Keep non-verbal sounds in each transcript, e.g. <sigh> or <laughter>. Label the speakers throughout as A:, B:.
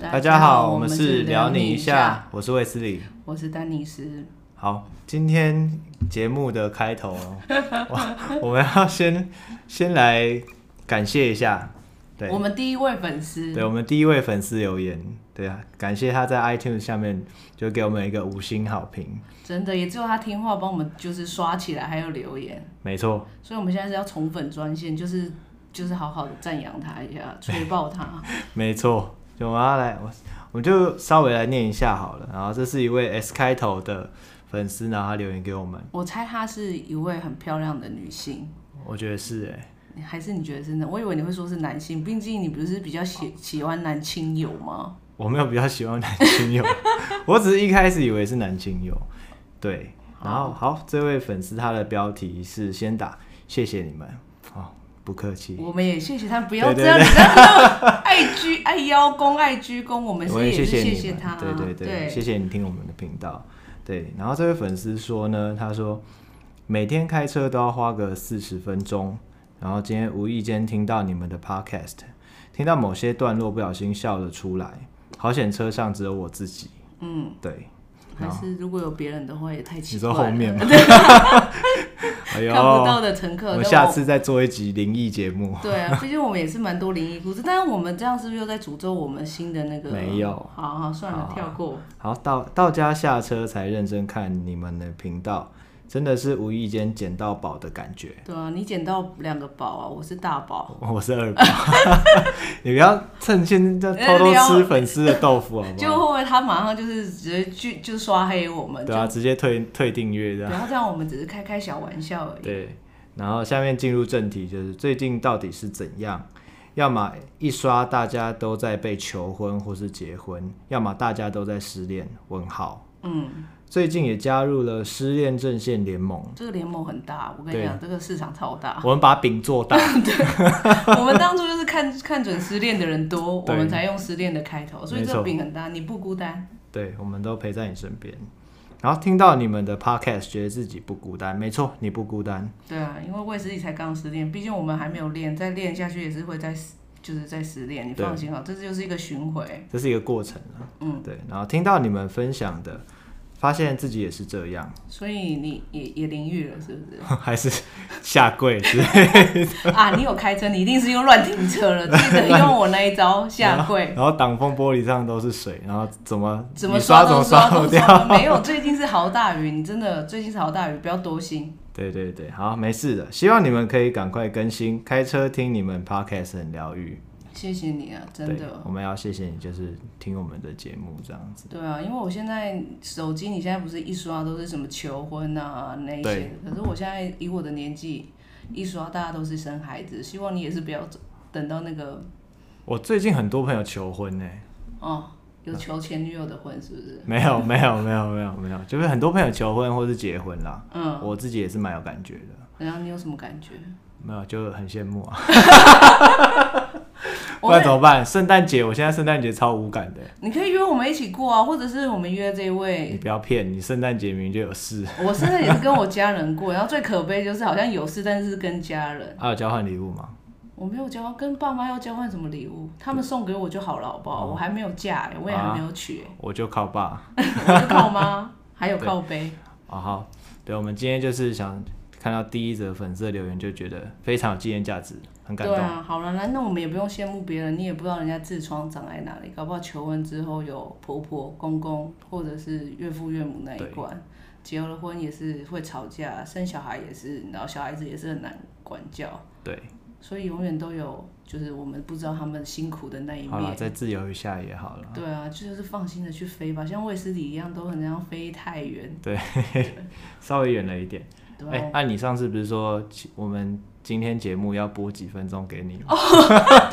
A: 大家好，我们是聊你一下，，我是卫斯理。
B: 我是丹尼斯。
A: 好，今天节目的开头，哦 <laughs> 我我们要先先来感谢一下，对
B: 我，们第一位粉丝，
A: 对我们第一位粉丝留言，对啊，感谢他在 iTunes 下面就给我们一个五星好评，
B: 真的也只有他听话，帮我们就是刷起来，还有留言。
A: 没错，
B: 所以我们现在是要宠粉专线，就是就是好好的赞扬他一下，吹爆他。
A: <laughs> 没错，就我要来，我我们就稍微来念一下好了。然后这是一位 S 开头的粉丝，然后他留言给我们，
B: 我猜她是一位很漂亮的女性，
A: 我觉得是哎、
B: 还是你觉得真的？我以为你会说是男性，毕竟你不是比较
A: 哦
B: 喜喜欢男亲友吗？
A: 我没有比较喜欢男亲
B: <laughs>
A: 友，我只是一开始以为是男亲友。对，然后好，这位粉丝他的标题是先打谢谢你们，哦，不客气，
B: 我们也谢谢他，不要
A: 对
B: 这
A: 对
B: 样，你这样就
A: <laughs>
B: 爱鞠爱邀功爱鞠躬，我们
A: 我
B: 是
A: 也
B: 也是
A: 谢
B: 谢
A: 你们，
B: 他啊，
A: 对对对，谢谢你听我们的频道。对，然后这位粉丝说呢，他说每天开车都要花个四十分钟，然后今天无意间听到你们的 podcast，听到某些段落不小心笑了出来，好险车上只有我自己。嗯，对。
B: 但是如果有别人的话，也太奇
A: 你
B: 怪
A: 说
B: 了。
A: 后面吗？ <laughs> 哎呦，
B: 看不到的乘客，
A: 我们
B: 但
A: 下次再做一集灵异节目。
B: <laughs> 对啊，毕竟我们也是蛮多灵异故事，但是我们这样是不是又在诅咒我们新的那个？
A: 没有
B: 好好算了，
A: 好
B: 跳过。
A: 好，到到家下车才认真看你们的频道，真的是无意间捡到宝的感觉。
B: 对啊，你捡到两个宝啊，我是大宝。
A: 我是二
B: <laughs>
A: 宝，你不要趁现在偷偷吃粉丝的豆腐好不
B: <laughs> 就
A: 好？
B: 会不会他马上就是直接拒就刷黑我们？
A: 对啊，直接退退订阅这
B: 就
A: 样
B: 不。要这样，我们只是开开小玩笑而已。
A: 对，然后下面进入正题，就是最近到底是怎样？要么一刷大家都在被求婚或是结婚，要么大家都在失恋。问号。
B: 嗯，
A: 最近也加入了失恋阵线联盟，
B: 这个联盟很大，我跟你讲，这个市场超大。 <laughs>
A: 我们把饼做大。 <laughs>
B: 我们当初就是看看准失恋的人多，
A: <laughs>
B: 我
A: 对
B: 们才用失恋的开头，所以
A: 没
B: 这
A: 错
B: 个饼很大，你不孤单。
A: 对，我们都陪在你身边。然后听到你们的 podcast，觉得自己不孤单。没错，你不孤单。
B: 对啊，因为卫斯理才刚失恋，毕竟我们还没有练，再练下去也是会再失就是再失恋，你
A: 对
B: 放心好，这就是一个巡回。
A: 这是一个过程啊。
B: 嗯，
A: 对。然后听到你们分享的，发现自己也是这样，
B: 所以你也也淋浴了，是
A: <laughs>
B: 不
A: 还是下跪之类
B: 是？啊，你有开车，你一定是又乱停车了，记
A: <laughs>
B: 得用我那一招下跪，
A: 然后挡风玻璃上都是水，然后怎么
B: 怎么
A: 你刷怎
B: 都
A: 么
B: 刷
A: 不
B: 都
A: 掉？
B: 刷不没有，最近是豪大雨，你真的最近是豪大雨，不要多心。
A: <laughs> 对对对，好，没事的。希望你们可以赶快更新，开车听你们 podcast 很疗愈。
B: 谢谢你啊，真
A: 对
B: 的。
A: 我们要谢谢你，就是听我们的节目这样子。
B: 对啊，因为我现在手机，你现在不是一刷都是什么求婚啊那一些的
A: 对，
B: 可是我现在以我的年纪，一刷大家都是生孩子，希望你也是不要等到那个
A: 我最近很多朋友求婚呢、
B: 哦，有求前女友的婚是不是？
A: 没
B: <laughs>
A: 有没有没有没有没有，就是很多朋友求婚或是结婚啦。
B: 嗯，
A: 我自己也是蛮有感觉的，
B: 然后你有什么感觉？
A: 没有就很羡慕啊。 <laughs> 不
B: 我
A: 然怎么办？圣诞节，我现在圣诞节超无感的。
B: 你可以约我们一起过啊，或者是我们约这
A: 你
B: 位。
A: 不要骗，你圣诞节明明就有事，
B: 我现在也是跟我家人过，然后最可悲就是好像有事，但是跟家人，
A: 还、有交换礼物吗？
B: 我没有交跟爸妈要交换什么礼物，他们送给我就好了，好不好？我还没有嫁、欸，我也还没有娶、欸
A: 我就靠爸。
B: 我是靠妈，还有靠背，
A: 啊好，对，我们今天就是想看到第一则粉丝的留言，就觉得非常有纪念价值，很感
B: 对
A: 动。
B: 啊，好了，那那我们也不用羡慕别人，你也不知道人家痔疮长在哪里，搞不好求婚之后有婆婆、公公或者是岳父岳母那一
A: 对
B: 关，结了婚也是会吵架，生小孩也是，然后小孩子也是很难管教，
A: 对，
B: 所以永远都有就是我们不知道他们辛苦的那一
A: 好了，
B: 面。
A: 再自由一下也好了。
B: 对啊，就是放心的去飞吧，像卫斯理一样都很像飞太远，
A: <laughs> 稍微远了一点。
B: 对哦吧、
A: 哎、按、你上次不是说其我们今天节目要播几分钟给你吗？ <laughs>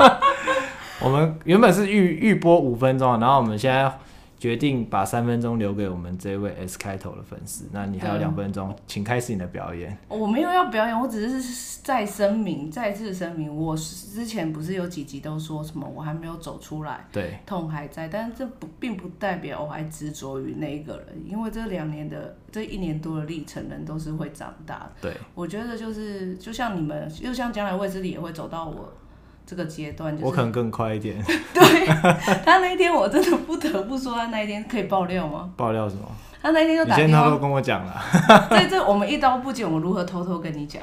A: 我们原本是预预播五分钟，啊然后我们现在决定把三分钟留给我们这位 S 开头的粉丝。那你还有
B: 对啊
A: 两分钟，请开始你的表演。
B: 我没有要表演，我只是再声明，再次声明，我之前不是有几集都说什么我还没有走出来，
A: 对，
B: 痛还在，但是这不并不代表我还执着于那一个人，因为这两年的这一年多的历程，人都是会长大的。
A: 对，
B: 我觉得就是就像你们，就像将来卫斯理也会走到我这个阶段，就
A: 我可
B: 是
A: 能更快一点。
B: <laughs> 他那一天我真的不得不说，他那一天可以爆料吗？
A: 爆料什么？
B: 他那一天就
A: 你
B: 打
A: 先
B: 电
A: 偷
B: 话
A: 偷跟我讲啦。
B: 在 <laughs> 这我们一刀不剪，我如何偷偷跟你讲？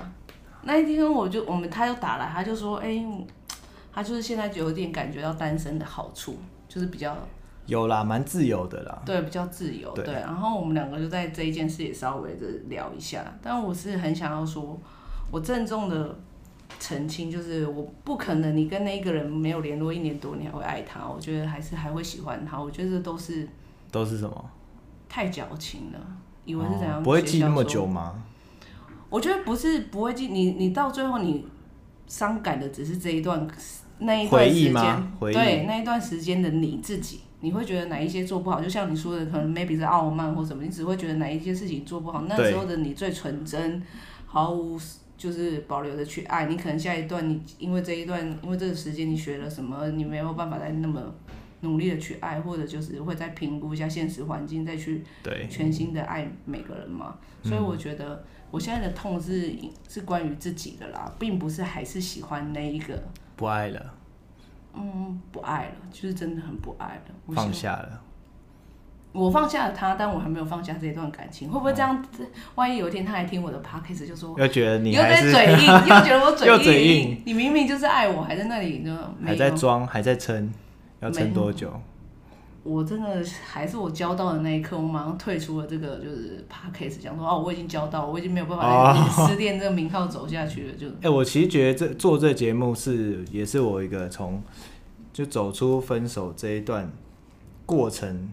B: 那一天我就我们他就打来，他就说，哎、他就是现在有点感觉到单身的好处，就是比较
A: 有啦，蛮自由的啦。
B: 对比较自由
A: 啊对
B: 对。然后我们两个就在这一件事也稍微的聊一下，但我是很想要说，我郑重的澄清，就是我不可能你跟那一个人没有联络一年多，你还会爱他，我觉得还是还会喜欢他，我觉得这都是
A: 都是什么？
B: 太矫情了，以为是怎样、
A: 哦不会记那么
B: 学校说
A: 久吗？
B: 我觉得不是不会记，你你到最后你伤感的只是这一段那一段
A: 回
B: 时
A: 忆
B: 间
A: 吗，回忆
B: 对那一段时间的你自己，你会觉得哪一些做不好？就像你说的，可能 maybe 是傲慢或什么，你只会觉得哪一些事情做不好。那
A: 对
B: 时候的你最纯真，毫无就是保留的去爱。你可能下一段你因为这一段，因为这个时间你学了什么，你没有办法再那么努力的去爱，或者就是会再评估一下现实环境，再去
A: 对，
B: 全心的爱每个人嘛，
A: 嗯
B: 所以我觉得我现在的痛是是关于自己的啦，并不是还是喜欢那一个，
A: 不爱了，
B: 嗯，不爱了，就是真的很不爱了。我
A: 放
B: 想
A: 下了。
B: 我放下了他，但我还没有放下这段感情，会不会这样子？万一有一天他还听我的 podcast 就说。
A: 又觉得你
B: 又
A: 还
B: 在
A: 是
B: 嘴
A: <laughs>
B: 硬，又觉得我
A: 又
B: 嘴
A: 嘴
B: 硬，
A: 硬
B: 你明明就是爱我，还在那里呢，没
A: 还
B: 有
A: 在装，还在撑，要
B: 没
A: 撑多久？
B: 我真的还是我交到的那一刻，我马上退出了这个就是 podcast，想说哦，我已经交到了，我已经没有办法
A: 哦
B: 再以失恋这个名号走下去了，就
A: 哎、我其实觉得这做这节目是也是我一个从就走出分手这一段过程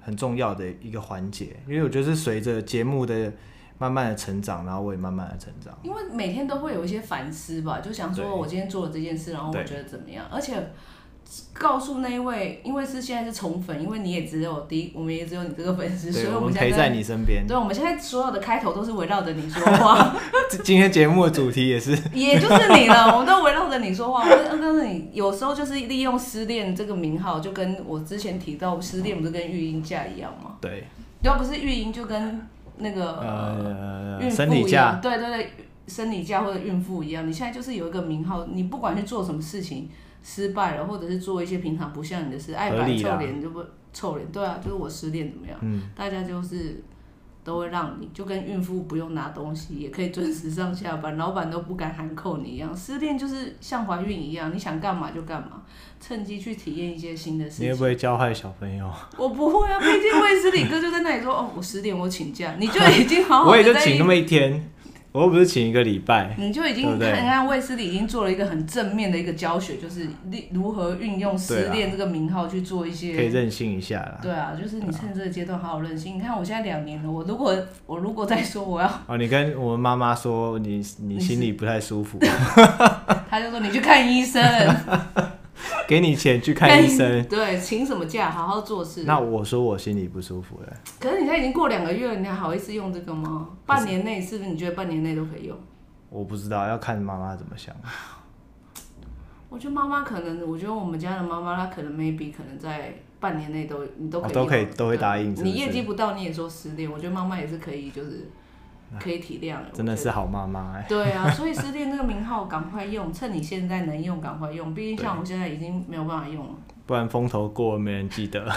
A: 很重要的一个环节，因为我觉得是随着节目的慢慢的成长，然后我也慢慢的成长。
B: 因为每天都会有一些反思吧，就想
A: 对
B: 说我今天做了这件事，然后我
A: 对
B: 觉得怎么样，而且告诉那一位，因为是现在是宠粉，因为你也只有第一，我们也只有你这个粉丝，所以
A: 对，
B: 我
A: 们
B: 们
A: 陪
B: 现
A: 在
B: 在。
A: 你身边。
B: 对，我们现在所有的开头都是围绕着你说话， <laughs>
A: 这今天节目的主题也是
B: 也就是你了，我们都围绕着你说话。我告诉你，有时候就是利用失恋这个名号，就跟我之前提到失恋不是跟育婴假一样吗？
A: <laughs> 对
B: 要不是育婴，就跟那个
A: 呃
B: 孕妇
A: 生理
B: 一样
A: 假，
B: 对对对，生理假或者孕妇一样，你现在就是有一个名号，你不管去做什么事情失败了，或者是做一些平常不像你的事，爱
A: 合
B: 摆
A: 理啦
B: 臭脸就不臭脸，对啊，就是我失恋怎么样，
A: 嗯
B: 大家就是都会让你，就跟孕妇不用拿东西也可以准时上下班，老板都不敢喊扣你一样，失恋就是像怀孕一样，你想干嘛就干嘛，趁机去体验一些新的事
A: 你
B: 情
A: 会。不会教坏小朋友？
B: 我不会啊，毕竟卫斯理哥就在那里说，哦，我失恋，我请假，你就已经好好
A: <laughs>
B: 的
A: 我也就
B: 在
A: 请那么一天，我又不是请一个礼拜。
B: 你就已
A: 对
B: 经
A: 不对
B: 看看卫斯理已经做了一个很正面的一个教学，就是利如何运用失恋这个名号去做一
A: 啊可以
B: 些。
A: 任性一下啦。
B: 对啊，就是你趁这个阶段好好任性。你看我现在两年了，我如果我如果再说我要，
A: 哦，你跟我妈妈说你你
B: 你是
A: 心里不太舒服， <laughs>
B: 他就说你去看医生，
A: 给你钱去 <laughs> 看医生。
B: 对，请什么假，好好做事。
A: 那我说我心里不舒服了，
B: 可是你现在已经过两个月了，你还好意思用这个吗？半年内是不是你觉得半年内都可以用？
A: 我不知道要看妈妈怎么想。
B: 我觉得妈妈可能，我觉得我们家的妈妈，她可能 maybe 可能在半年内都你都可以、
A: 哦都可以都会
B: 对
A: 答应是不是
B: 你业绩不到，你也说失恋，我觉得妈妈也是可以，就是可以体谅。我觉得
A: 真的是。好妈妈哎，
B: 对啊，所以失恋这个名号赶快用，趁你现在能用赶快用，毕竟像我现在已经没有办法用了。
A: 不然风头过了没人记得，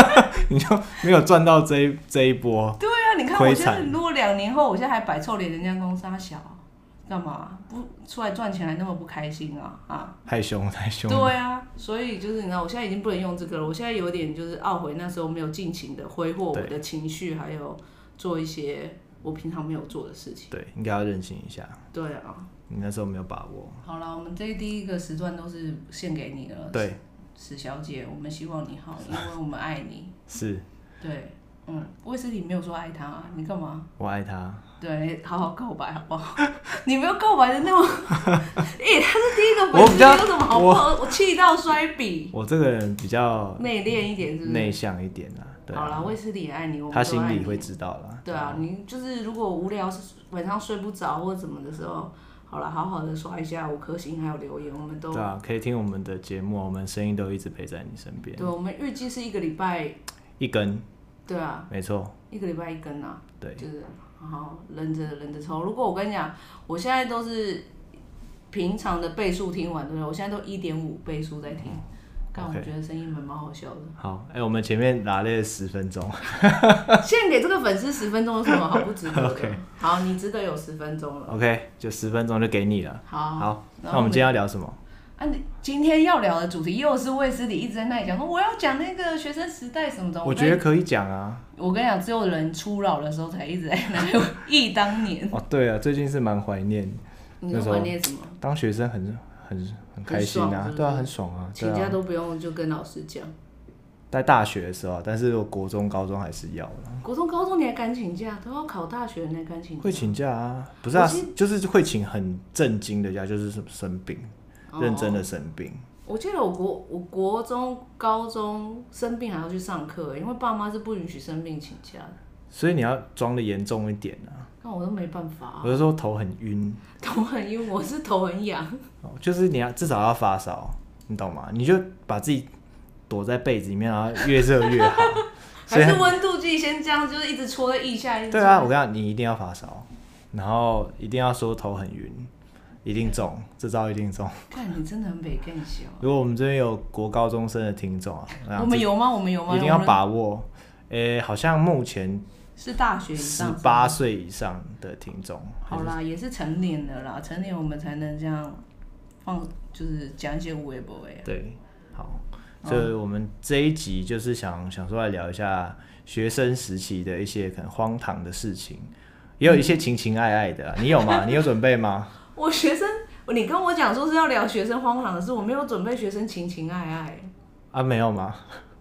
A: <laughs> 你就没有赚到这一这一波。
B: 对啊，你看我现在
A: 亏惨
B: 如果两年后，我现在还摆臭脸，人家公司他小，干嘛不出来赚钱还那么不开心啊啊！
A: 太凶太凶了，
B: 对啊，所以就是你知道，我现在已经不能用这个了。我现在有点就是懊悔，那时候没有尽情的挥霍我
A: 对
B: 的情绪，还有做一些我平常没有做的事情。
A: 对，应该要任性一下。
B: 对啊，
A: 你那时候没有把握，
B: 好了，我们这第一个时段都是献给你了，
A: 对，
B: 史小姐，我们希望你好，因为我们爱
A: <laughs>
B: 你。
A: 是
B: 对，嗯，卫斯理没有说爱他、啊，你干嘛？
A: 我爱他，
B: 对，好好告白好
A: <laughs>
B: 不好？你没有告白的那种，诶、他是第一个
A: 我
B: 粉丝，
A: 比
B: 你
A: 较
B: 有什么好不好？我气到摔笔，
A: 我这个人比较
B: 内敛一点是不是？
A: 内向一点啦，对啊
B: 嗯好啦，卫斯理也爱你，我们
A: 他
B: 都
A: 心
B: 爱
A: 里
B: 你
A: 会知道啦。
B: 对啊，你就是如果无聊晚上睡不着或怎么的时候，好了，好好的刷一下五颗星，还有留言，我们都
A: 对啊，可以听我们的节目，啊我们声音都一直陪在你身边
B: 对。我们预计是一个礼拜，
A: 一根，
B: 对啊，
A: 没错，
B: 一个礼拜一根啊，
A: 对，
B: 就是好好忍着忍着抽。如果我跟你讲，我现在都是平常的倍速听完，对不对？我现在都一点五倍速在听，但我
A: 嗯 OK
B: 觉得声音蛮蛮好
A: <laughs>
B: 笑的。
A: 好，哎、我们前面拉了十分
B: <laughs>
A: 钟，
B: 献给这个粉丝十分钟有什么好不值得
A: <laughs>
B: 的
A: OK？
B: 好，你值得有十分钟了。
A: OK，就十分钟就给你了。
B: 好，
A: 好，
B: 然
A: 那
B: 后
A: 我们今天要聊什么？
B: 啊，你今天要聊的主题又是卫斯理一直在那里讲说我要讲那个学生时代什么的。
A: 我
B: 跟
A: 觉得可以讲啊。
B: 我跟你讲，只有人初老的时候才一直在那里忆当年。
A: 哦，对啊，最近是蛮怀念 <laughs>
B: 你
A: 那
B: 都
A: 时候
B: 怀念什么？
A: 当学生很，很很开心
B: 很爽
A: 啊
B: 是不，是
A: 对啊，很爽啊，对
B: 请假
A: 啊。
B: 都不用就跟老师讲，
A: 在大学的时候啊，但是我国中、高中还是要的，
B: 国中、高中你还敢请假，都要考大学你还敢请假？
A: 会请假啊，不是啊
B: 我记，
A: 就是会请很震惊的假，就是什么生病，
B: 哦
A: 认真的生病。
B: 我记得我国我国中、高中生病还要去上课，因为爸妈是不允许生病请假的。
A: 所以你要装的严重一点啊！
B: 那我都没办法、
A: <laughs>
B: 啊
A: 我，是说头很晕，
B: 头很晕，我是头很痒。
A: 哦就是你要至少要发烧，你懂吗？你就把自己躲在被子里面，然后越热
B: <laughs>
A: 越好。所
B: 还
A: 以
B: 是温度计先这样，就是一直戳在腋下。一直
A: 对
B: 戳
A: 啊，我跟你讲，你一定要发烧，然后一定要说头很晕，一定中，这招一定中。
B: 看你真的很北更小。
A: 如果我们这边有国高中生的听众啊，
B: 我们有吗？我们有吗？
A: 一定要
B: 我们
A: 把握。诶、好像目前
B: 是大学以
A: 十
B: 上。
A: 八岁以上的听众，
B: 好啦，也是成年的啦，成年我们才能这样放，就是讲一些无微不微。
A: 对，好，
B: 哦
A: 所以我们这一集就是想想说来聊一下学生时期的一些可能荒唐的事情，也有一些情情爱爱的啊、你有
B: <laughs>
A: 吗？你有准备吗？
B: 我学生，你跟我讲说是要聊学生荒唐的事，我没有准备学生情情爱爱，
A: 啊，没有吗？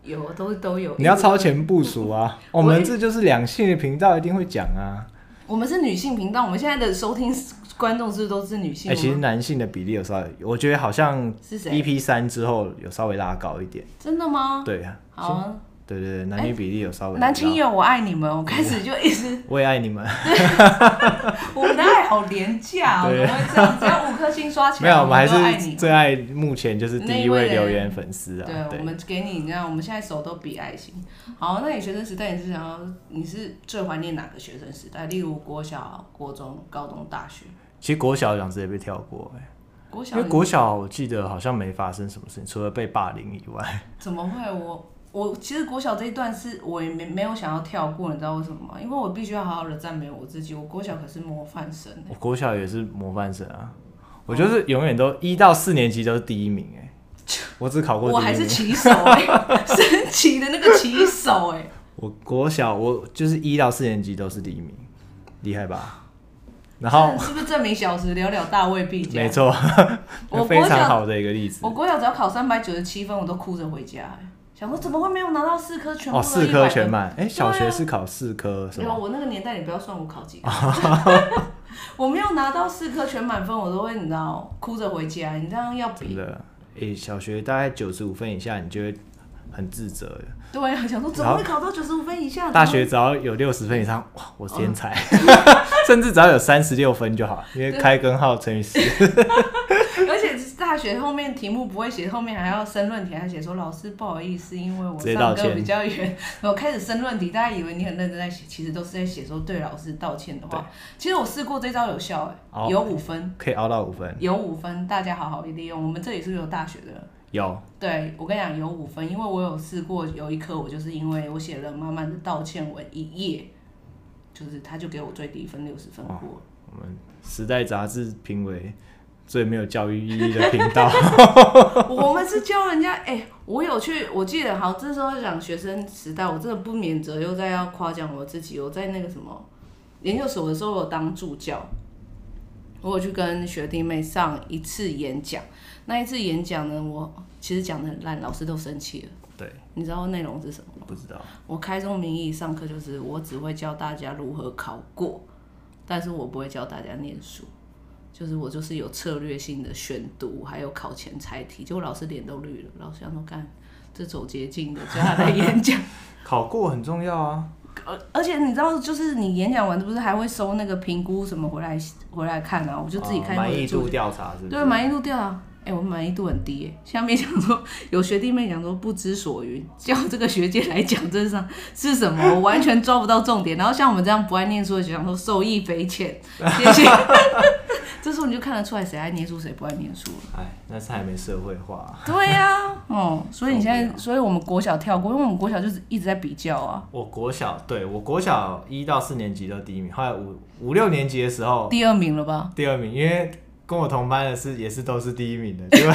B: 有都都有。
A: 你要超前部署啊！
B: <laughs> 我
A: 我们这就是两性的频道，一定会讲啊。
B: 我们是女性频道，我们现在的收听观众是不是都是女性
A: 哎、
B: 吗？
A: 其实男性的比例有稍微，我觉得好像
B: 是谁
A: EP 三之后有稍微拉高一点。
B: 真的吗？
A: 对啊，
B: 好啊，
A: 对对对，男女比例有稍微拉高。
B: 男亲友，我爱你们。我开始就一直，
A: 我也爱你们。
B: 我们
A: <laughs>
B: 的爱好廉价哦，怎
A: 对
B: 么会这样？只要五颗星刷起
A: 没
B: 来，
A: 有，我们还
B: 都爱
A: 是
B: 你。
A: 最爱目前就是第一位留言粉丝啊。
B: 对，我们给你，你看，我们现在手都比爱心。好，那你学生时代你是想要，你是最怀念哪个学生时代？例如国小、国中、高中、大学。
A: 其实国小两次也被跳过、欸，
B: 国
A: 因
B: 小
A: 为国小我记得好像没发生什么事情，除了被霸凌以外。
B: 怎么会我？我其实国小这一段是我也没没有想要跳过，你知道为什么吗？因为我必须要好好的赞美我自己。我国小可是模范生、欸，
A: 我国小也是模范生啊，我就是永远都一到四年级都是第一名、欸，我只考过
B: 哦我
A: 第
B: 还
A: 一
B: 是
A: 名。
B: 骑手哎、 <laughs> 神奇的那个骑手
A: <laughs>
B: 哎、
A: 我国小我就是一到四年级都是第一名，厉害吧？然后
B: 这是不是证明小时了了大未必佳？
A: 没错，
B: 我
A: <laughs> 非
B: 国小
A: 常好的一个例子。
B: 我国小只要考三百九十七分，我都哭着回家、欸，想说怎么会没有拿到四科全部
A: 哦，
B: 都
A: 四
B: 100
A: 科
B: 分
A: 全满，哎、
B: 对啊
A: 小学是考四科什
B: 没有，
A: 么？
B: 我那个年代你不要算我
A: <laughs>
B: 考几科， <laughs> 我没有拿到四科全满分，我都会你知道哭着回家。你这样要
A: 真
B: 比，
A: 的，哎、小学大概九十五分以下，你就会很自责了。
B: 对啊，想说怎么会考到九十五分以下？
A: 大学只要有六十分以上，哇，我是
B: 嗯
A: 天才， <laughs> 甚至只要有三十六分就好，因为开根号乘以十。
B: 怎 <laughs> 么会，而且大学后面题目不会写，后面还要申论题，还写说老师不好意思，因为我
A: 直接
B: 上
A: 道
B: 课
A: 歉
B: 比较远，我开始申论题，大家以为你很认真在写，其实都是在写说对老师道歉的
A: 对
B: 话。其实我试过这招有效、欸，
A: 哦
B: 有五分，
A: 可以熬到五分，
B: 有五分，大家好好利用。我们这里是不是有大学的？
A: 有
B: 对，我跟你讲有五分，因为我有试过有一科，我就是因为我写了妈妈的道歉文一页，就是他就给我最低分六十分
A: 哦
B: 过。
A: 我们《时代》杂志评为最没有教育意义的频道。 <laughs>
B: <laughs> 我们是教人家，哎、我有去，我记得好，这时候讲学生时代，我真的不免责又在要夸奖我自己，我在那个什么研究所的时候，我有当助教，我有去跟学弟妹上一次演讲，那一次演讲呢，我其实讲的很烂，老师都生气了。
A: 对，
B: 你知道内容是什么吗？
A: 不知道，
B: 我开宗明义上课就是我只会教大家如何考过，但是我不会教大家念书，就是我就是有策略性的选读，还有考前猜题，结果老师脸都绿了，老师想说干这走捷径的，叫他来演讲。 <laughs>
A: 考过很重要啊。
B: 而而且你知道，就是你演讲完，不是还会收那个评估什么回来回来看啊？我就自己看
A: 哦
B: 我
A: 满
B: 的
A: 意
B: 注
A: 度调查是不是？
B: 对，满意度掉啊！哎、我满意度很低、欸。下面讲说 <laughs> 有学弟妹讲说不知所云，叫这个学姐来讲这上是什么，我完
A: <laughs>
B: 全抓不到重点。然后像我们这样不爱念书的学长说受益匪浅，谢谢。这时候你就看得出来谁爱念书，谁不爱念书了。
A: 哎，那是还没社会化。啊
B: 对呀、哦，所以你现
A: 受不
B: 在，
A: 了
B: 所以我们国小跳过，因为我们国小就是一直在比较啊，
A: 我国小对我国小一到四年级都第一名，后来五五六年级的时候
B: 第二名了吧？ <laughs>
A: 第二名，因为跟我同班的是也是都是第一名
B: <laughs>
A: 的，结果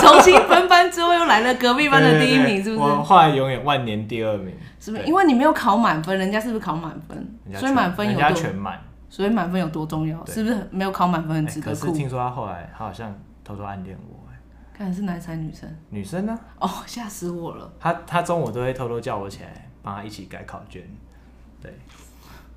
B: 重新分班之后又来了隔壁班的第一名，
A: 对对
B: 是
A: 对
B: 不是
A: 我？后来永远万年第二名，
B: 是不是？
A: 对
B: 因为你没有考满分，人家是不是考满分
A: 人？家
B: 所以
A: 全
B: 满分有
A: 人家
B: 多，
A: 全满。
B: 所以满分有多重要？
A: 对
B: 是不是没有考满分很
A: 哎
B: 值
A: 可
B: 得
A: 是
B: 哭？
A: 听说他后来他好像偷偷暗恋我、哎
B: 看是男生还是女生？
A: 女生呢，
B: 哦，吓死我了！
A: 她她中午都会偷偷叫我起来帮她一起改考卷，对，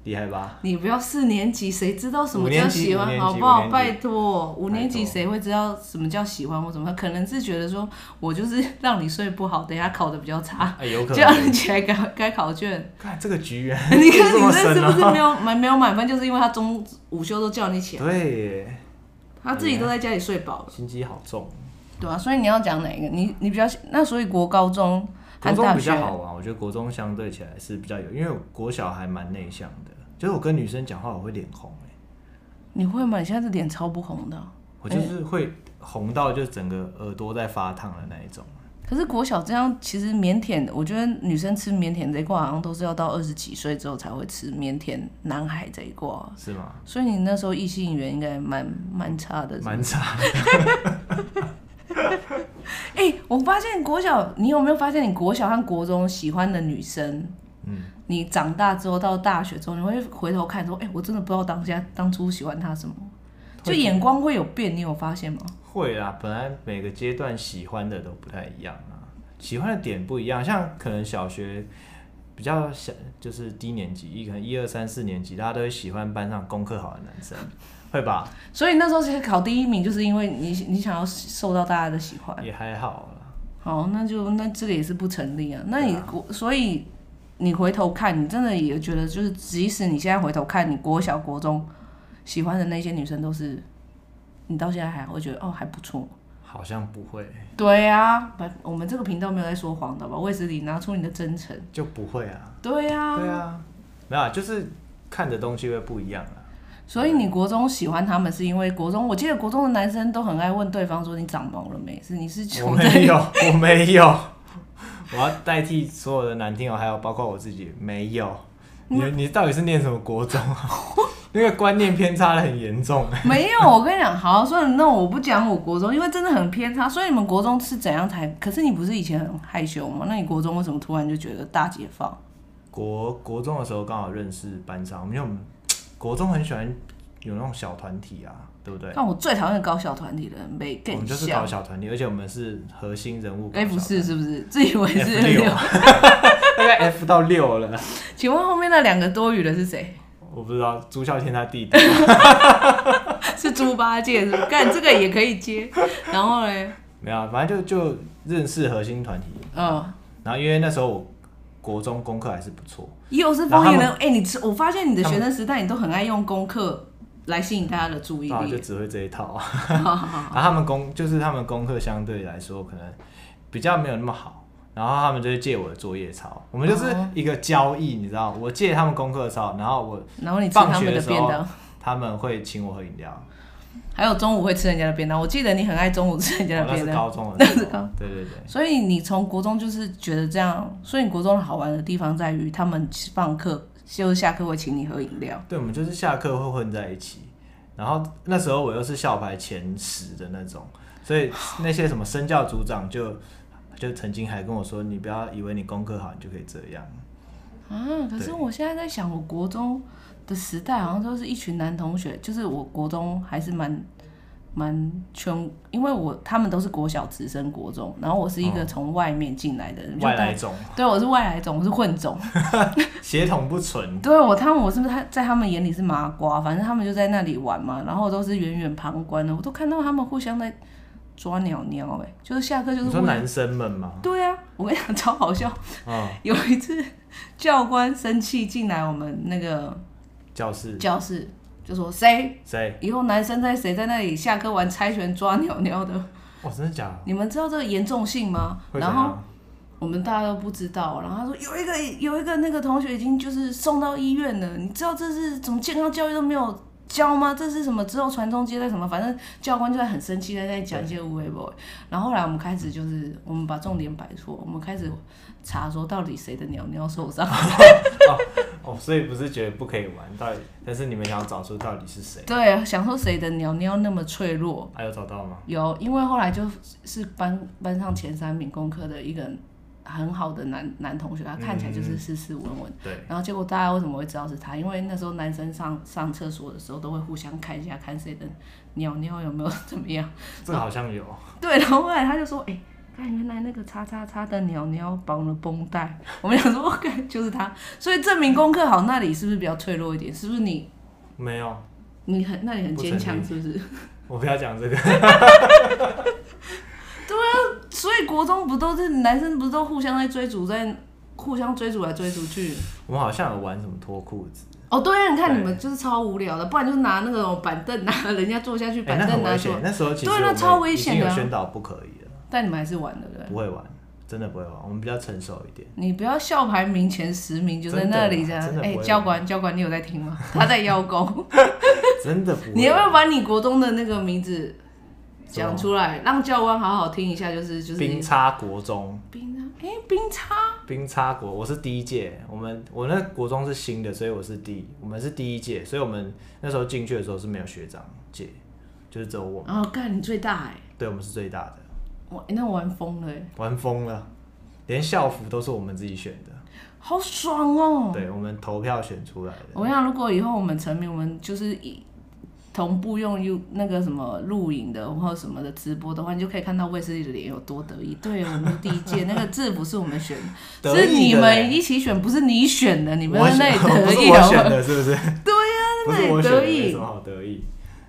A: 厉害吧？
B: 你不要四年级，谁知道什么叫喜
A: 五年
B: 欢，
A: 级
B: 好不好？
A: 五年级
B: 拜托，五年级
A: 拜托
B: 谁会知道什么叫喜欢或什么？可能是觉得说我就是让你睡不好，等一下考的比较差，
A: 哎、有可
B: 就让
A: 能。
B: 你起来改改
A: <laughs>
B: 考卷。
A: 看这个局缘，
B: <laughs> 你看
A: 这
B: 你
A: 么
B: 这是
A: 深
B: 不是
A: 哦
B: 没有满没有满分，就是因为他中午休都叫你起来，
A: 对啊耶，
B: 他自己都在家里睡饱了，
A: 心机好重。
B: 对啊，所以你要讲哪一个？你你比较喜那所以国高中
A: 国
B: 和
A: 中
B: 大
A: 比
B: 学
A: 较好玩，我觉得国中相对起来是比较有，因为我国小还蛮内向的，就是我跟女生讲话我会脸红、哎，
B: 你会吗？你现在这脸超不红的啊、
A: 我就是会红到就整个耳朵在发烫的那一种。
B: 可是国小这样，其实腼腆，我觉得女生吃腼腆这一挂，好像都是要到二十几岁之后才会吃腼腆男孩这一挂。
A: 是吗？
B: 所以你那时候异性缘应该蛮蛮差的。
A: 蛮差，
B: 哎、我发现国小，你有没有发现你国小和国中喜欢的女生，嗯，你长大之后到大学之后，你会回头看说，哎、我真的不知道当下当初喜欢她什么，就
A: 会
B: 眼光会有变，你有发现吗？
A: 会啦。本来每个阶段喜欢的都不太一样啊，喜欢的点不一样。像可能小学比较小，就是低年级，一可能一二三四年级，大家都会喜欢班上功课好的男生，会吧？
B: 所以那时候其实考第一名，就是因为你你想要受到大家的喜欢。
A: 也还好啦。
B: 好，那就那这个也是不成立啊。那
A: 对
B: 你、国，所以你回头看，你真的也觉得，就是即使你现在回头看，你国小、国中喜欢的那些女生，都是你到现在还会觉得哦还不错。
A: 好像不会，
B: 对啊，不，我们这个频道没有在说谎的吧？卫斯理，拿出你的真诚。
A: 就不会啊。
B: 对啊，
A: 对啊，没有啊，就是看的东西会不一样啊。
B: 所以你国中喜欢他们，是因为国中，我记得国中的男生都很爱问对方说你长毛了没？是你是
A: 我
B: 穷
A: 没有，我没有， <laughs> 我要代替所有的男听友，还有包括我自己，没有。你你到底是念什么国中
B: <laughs>
A: 啊？那个观念偏差的很严重。啊
B: 没有，我跟你讲，好，所以那我不讲我国中，因为真的很偏差。所以你们国中是怎样才？可是你不是以前很害羞吗？那你国中为什么突然就觉得大解放？
A: 国国中的时候刚好认识班上，因为我们国中很喜欢有那种小团体啊，对不对？
B: 但我最讨厌搞小团体的人，没
A: 我
B: 更
A: 们就是
B: 像
A: 搞小团体，而且我们是核心人物搞小团体。
B: F 四是不是？自以为
A: F
B: 是
A: 六，大概 F 到六了，
B: <laughs> 请问后面那两个多余的是谁？ <laughs>
A: 我不知道朱孝天他弟弟。
B: 是猪八戒是不是？干这个也可以接。然后嘞，
A: 没有啊，反正就就认识核心团体，
B: 嗯，
A: 然后因为那时候我国中功课还是不错，
B: 又是风言
A: 然
B: 人。哎、你吃我发现你的
A: 他
B: 学
A: 们
B: 生时代，你都很爱用功课来吸引大家的注意
A: 然后就
B: 力。
A: 只会这一套啊。
B: <laughs> 好好
A: <laughs>
B: 好
A: 然后他们功就是他们功课相对来说可能比较没有那么好，然后他们就会借我的作业抄，我们就是
B: 哦
A: 一个交易，你知道，我借他们功课抄，然后我
B: 然后你吃
A: 放
B: 他
A: 学
B: 们
A: 的
B: 的
A: 时
B: 便
A: 候
B: 当。
A: 他们会请我喝饮料，哦
B: 还有中午会吃人家的便当，我记得你很爱中午吃人家的
A: 哦那
B: 便
A: 是
B: 当，
A: 高中的
B: 那
A: 时
B: 是
A: 候
B: 高，
A: 对对对，
B: 所以你从国中就是觉得这样，所以你国中好玩的地方在于他们放课就是下课会请你喝饮料，
A: 对，我们就是下课会混在一起，然后那时候我又是校排前十的那种，所以那些什么身教组长就就曾经还跟我说，你不要以为你功课好你就可以这样，
B: 啊，可是
A: 对
B: 我现在在想，我国中的时代好像都是一群男同学，就是我国中还是蛮蛮全，因为我他们都是国小直升国中，然后我是一个从外面进来的人，就
A: 哦外
B: 大
A: 来种，
B: 对我是外来种，我是混种。
A: 血统不纯，
B: 对啊我，他们我是不是他在他们眼里是麻瓜？反正他们就在那里玩嘛，然后我都是远远旁观的，我都看到他们互相在抓鸟鸟、欸，哎，就是下课就是
A: 你说
B: 互相。
A: 男生们吗？
B: 对啊，我跟你讲超好笑，
A: 嗯，
B: 有一次教官生气进来我们那个
A: 教室
B: 教室，就说谁
A: 谁？
B: 以后男生在谁在那里下课玩猜拳抓鸟鸟的，
A: 哦，真的假的？
B: 你们知道这个严重性吗？
A: 会怎
B: 然后
A: 样？
B: 我们大家都不知道。然后他说有一个有一个那个同学已经就是送到医院了，你知道这是怎么健康教育都没有教吗？这是什么之后传宗接代什么？反正教官就在很生气的在讲一些无为 boy。然后后来我们开始就是我们把重点摆错，我们开始查说到底谁的鸟鸟受伤。
A: 哦，所以不是觉得不可以玩，到底，但是你们想要找出到底是谁，
B: 对，想说谁的鸟鸟那么脆弱，
A: 还、有找到吗？
B: 有，因为后来就是班班上前三名工科的一个很好的男男同学，他看起来就是斯斯文文。
A: 对，
B: 然后结果大家为什么会知道是他？因为那时候男生上上厕所的时候都会互相看一下，看谁的尿尿有没有怎么样。 <laughs>
A: 这个好像有，
B: 对，然后后来他就说：“哎、看原来那个叉叉叉的鸟鸟绑了绷带。”我们想说，哦看就是他，所以证明功课好那里是不是比较脆弱一点？是不是你
A: 没有，
B: 你很那里很坚强？是不是？
A: 我不要讲这个。 <laughs>
B: 所以国中不都是男生不是都互相在追逐，在互相追逐来追逐去？
A: 我们好像有玩什么脱裤子，
B: 哦，对啊，你看
A: 对
B: 你们就是超无聊的，不然就是拿那种板凳拿人家坐下去，
A: 哎、
B: 板
A: 那
B: 凳
A: 很
B: 拿
A: 危
B: 坐
A: 险。，那时候其实
B: 对那
A: 我们
B: 超危险
A: 已
B: 的
A: 经
B: 啊
A: 有宣导不可以了，
B: 但你们还是玩的人。
A: 不会玩，真的不会玩，我们比较成熟一点。
B: 你不要校排名前十名就在那里这样
A: 真
B: 子
A: 的，啊真的
B: 哎、
A: 不会
B: 教官教官，你有在
A: <laughs>
B: 听吗？他在邀功，
A: 啊真的不会。
B: <laughs> 你要不要把你国中的那个名字
A: 什么
B: 讲出来，让教官好好听一下？就是就是
A: 冰差国中，
B: 冰啊，哎、冰叉，
A: 冰差国，我是第一届，我们我那国中是新的，所以我是第一，我们是第一届，所以我们那时候进去的时候是没有学长届，就是只有我们，
B: 然后干你最大哎、
A: 对我们是最大的，
B: 我、哎那我玩疯了哎、
A: 玩疯了，连校服都是我们自己选的，
B: 好爽哦、
A: 对我们投票选出来的，
B: 我想，如果以后我们成名，我们就是一同步用 U 那个什么录影的或者什么的直播的话，你就可以看到卫斯理的脸有多得意。对我们第一届那个字不是我们选的，
A: 得
B: 是
A: 意
B: 你
A: 的
B: 们一起选，不是你选的，你们
A: 我
B: 在
A: <laughs> 选不
B: 那里得
A: 是
B: 意哦啊
A: 我
B: 好
A: 选
B: 吗？
A: 的，是
B: <laughs>
A: 不是？对呀、不是我选的，没什么好得意。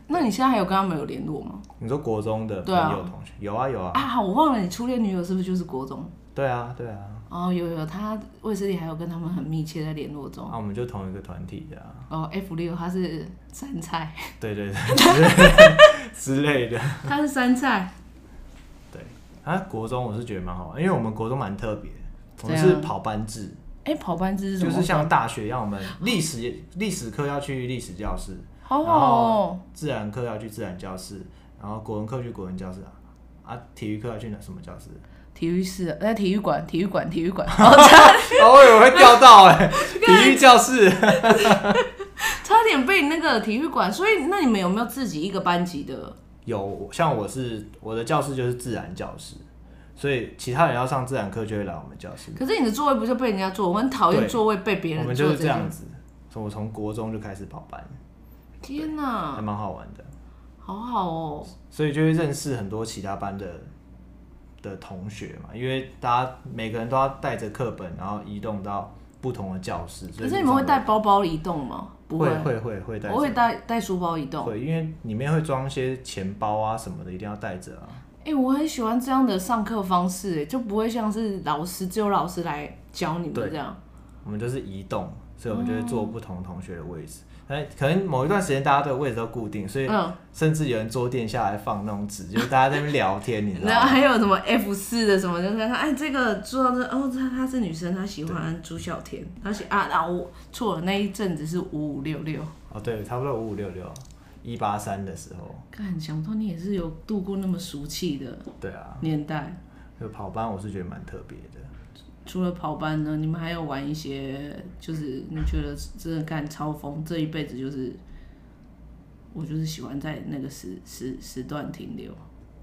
B: 那你现在还有跟他们有联络吗？
A: 你说国中的朋
B: 对啊
A: 友同学，有啊有啊，
B: 啊，我忘了，你初恋女友是不是就是国中？
A: 对啊对啊，
B: 哦，有有，他卫斯理还有跟他们很密切的联络中。
A: 啊我们就同一个团体的、啊，
B: 哦，F 六他是杉菜，
A: 对对对
B: <laughs>
A: 之类的。
B: 他是杉菜，
A: 对啊，国中我是觉得蛮好玩，因为我们国中蛮特别，我们
B: 怎
A: 是
B: 样
A: 跑班制，
B: 哎、跑班制是什
A: 就
B: 么？
A: 是像大学一样，我们历史历史课要去历史教室，
B: 好
A: 然
B: 好哦、
A: 后自然课要去自然教室，然后国文课去国文教室啊。啊，体育课要去哪什么
B: <laughs>
A: 教室？
B: 体育室，那体育馆，体育馆，体育馆， <laughs>
A: 哦，我以为会掉到哎、体育教室。
B: 差点被你那个体育馆。所以，那你们有没有自己一个班级的？
A: 有像我是我的教室就是自然教室，所以其他人要上自然课就会来我们教室。
B: 可是你的座位不就被人家坐？我很讨厌
A: 对
B: 座位被别
A: 我
B: 人
A: 们
B: 坐
A: 就是
B: 这
A: 这样
B: 件事。
A: 子，从我从国中就开始跑班，
B: 天
A: 还
B: 哪，
A: 蛮好玩的，
B: 好好哦。
A: 所以就会认识很多其他班的的同学嘛，因为大家每个人都要带着课本，然后移动到不同的教室。所
B: 可
A: 以
B: 是你们会
A: 路上
B: 带包包移动吗？不
A: 会会会会带着，
B: 我会带带书包移动。
A: 会，因为里面会装一些钱包啊什么的，一定要带着
B: <laughs>
A: 啊。
B: 哎、我很喜欢这样的上课方式，哎，就不会像是老师只有老师来教你们
A: 对
B: 这样。
A: 我们就是移动，所以我们就会坐不同同学的位置。哎、可能某一段时间大家的位置都固定，所以
B: 嗯，
A: 甚至有人桌垫下来放那种纸， <laughs> 就是大家在那边聊天，你知道
B: 然后
A: 吗？
B: 还有什么 F 四的什么，就是看，哎，这个说到这，哦，她她是女生，她喜欢朱孝天，她喜啊，啊，我错了，那一阵子是五五六六，
A: 哦，对，差不多五五六六，一八三的时候，
B: 看想不到你也是有度过那么俗气的
A: 对啊，
B: 年代。
A: 就跑班我是觉得蛮特别的。
B: 除了跑班呢，你们还有玩一些，就是你觉得真的干超疯，这一辈子就是，我就是喜欢在那个时时时段停留。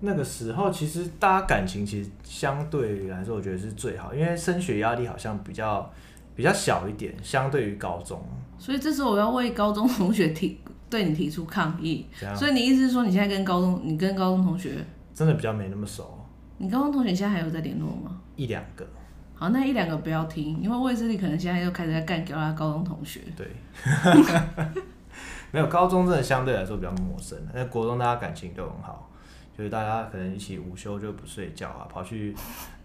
A: 那个时候其实大家感情其实相对来说，我觉得是最好，因为升学压力好像比较比较小一点，相对于高中
B: 所以这时候我要为高中同学提对你提出抗议。
A: 这样，
B: 所以你意思是说，你现在跟高中，你跟高中同学
A: 真的比较没那么熟，
B: 你高中同学现在还有在联络吗？
A: 一两个，
B: 好，那一两个不要听，因为卫斯理可能现在又开始在干掉他高中同学。
A: 对， <laughs> 没有高中真的相对来说比较陌生，那国中大家感情都很好，就是大家可能一起午休就不睡觉啊，跑去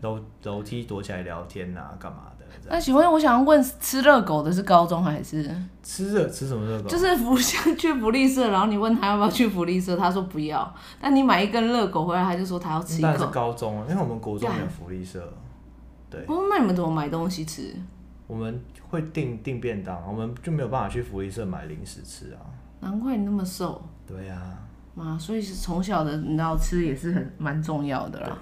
A: 楼 <laughs> 楼梯躲起来聊天啊，干嘛的这样。
B: 那请问，我想要问，吃热狗的是高中还是？
A: 吃热吃什么热狗？
B: 就是福去福利社，然后你问他要不要去福利社，他说不要。但你买一根热狗回来，他就说他要吃一
A: 当然是
B: 口。
A: 高中啊，因为我们国中没有福利社，对，
B: 哦，那你们怎么买东西吃？
A: 我们会订订便当，我们就没有办法去福利社买零食吃啊。
B: 难怪你那么瘦，
A: 对啊，
B: 妈，所以是从小的，你知道吃也是很蛮重要的啦。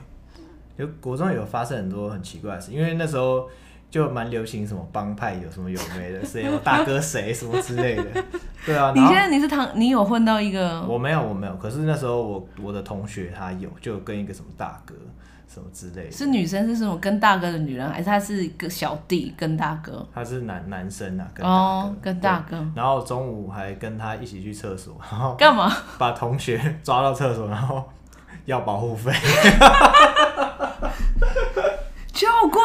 A: 就国中有发生很多很奇怪的事，因为那时候就蛮流行什么帮派有什么有没的，谁有大哥谁什么之类
B: <laughs>
A: 的，对啊。
B: 你
A: 然
B: 现
A: 后
B: 在你是糖，你有混到一个，
A: 我没有我没有，可是那时候我我的同学他有，就有跟一个什么大哥什么之类的，
B: 是女生是什么跟大哥的女人，还是她是一个小弟跟大哥？
A: 他是男男生啊，跟大哥，
B: 哦，跟大
A: 对。
B: 哥
A: 然后中午还跟他一起去厕所，然后
B: 干嘛？
A: 把同学抓到厕所，然后要保护费，
B: 教官，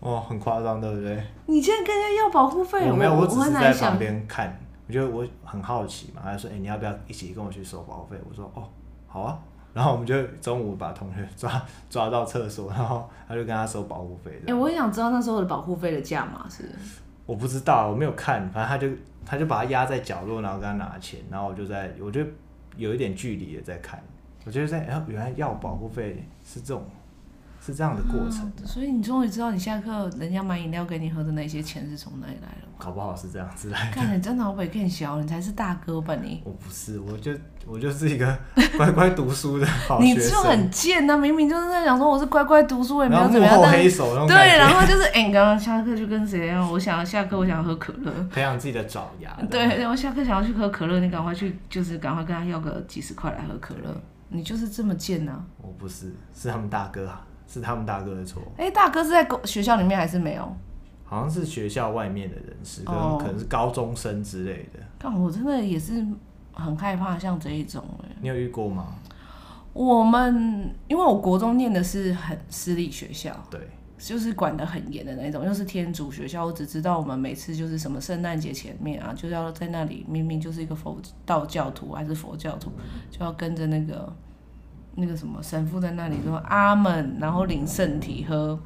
A: 哦，很夸张，对不对？
B: 你竟然跟人家要保护费？
A: 我没有，
B: 哎我
A: 只是
B: 很
A: 在
B: 难
A: 旁
B: 想。
A: 边看，我觉得我很好奇嘛，他就说：“哎、你要不要一起跟我去收保护费？”我说：“哦，好啊。”然后我们就中午把同学抓 <laughs> 抓到厕所，然后他就跟他收保护费
B: 哎、
A: 这样。
B: 我很想知道那时候的保护费的价码是。
A: 我不知道，我没有看，反正他就他就把他压在角落，然后跟他拿钱，然后我就在我就有一点距离的在看，我觉得在哎、原来要保护费是这种是这样的过程，
B: 啊所以你终于知道你下课人家买饮料给你喝的那些钱是从哪里来
A: <laughs>
B: 了。
A: 搞不好是这样子来的。
B: 看你真的好北更小，你才是大哥吧你？
A: 我不是，我就我就是一个 <laughs> 乖乖读书的好
B: 你
A: 学
B: 就
A: 生。
B: 很贱呐、明明就是在讲说我是乖乖读书，也没
A: 然
B: 有
A: 后
B: 怎
A: 幕
B: 么样，
A: 后
B: 但
A: 黑
B: 是
A: 手那种
B: 对，
A: 感觉，
B: 然后就是哎，你刚刚下课去跟谁啊？我想要下课，我想要喝可乐。
A: 培养自己的爪牙。
B: 对，，然后下课想要去喝可乐，你赶快去，就是赶快跟他要个几十块来喝可乐。你就是这么贱呐、啊
A: 我不是，是他们大哥啊，是他们大哥的错，
B: 哎、大哥是在公学校里面还是没有？
A: 好像是学校外面的人士，跟
B: 哦
A: 可能是高中生之类的，
B: 但我真的也是很害怕像这一种哎、
A: 你有遇过吗？
B: 我们因为我国中念的是很私立学校，
A: 对，
B: 就是管得很严的那种，又是天主学校。我只知道我们每次就是什么圣诞节前面啊，就要在那里，明明就是一个佛道教徒还是佛教徒，就要跟着那个那个什么神父在那里说阿门，然后领圣体喝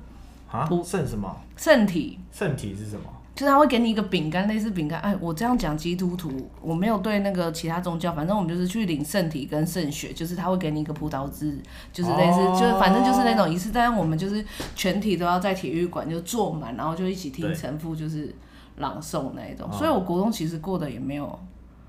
A: 啊
B: 不，
A: 圣什么？
B: 圣体。
A: 圣体是什么？
B: 就是他会给你一个饼干，类似饼干。哎，我这样讲基督徒，我没有对那个其他宗教，反正我们就是去领圣体跟圣血，就是他会给你一个葡萄汁，就是类似，
A: 哦
B: 就是反正就是那种仪式。但是我们就是全体都要在体育馆就坐满，然后就一起听
A: 对
B: 神父就是朗诵那一种。
A: 哦
B: 所以我国中其实过得也没有，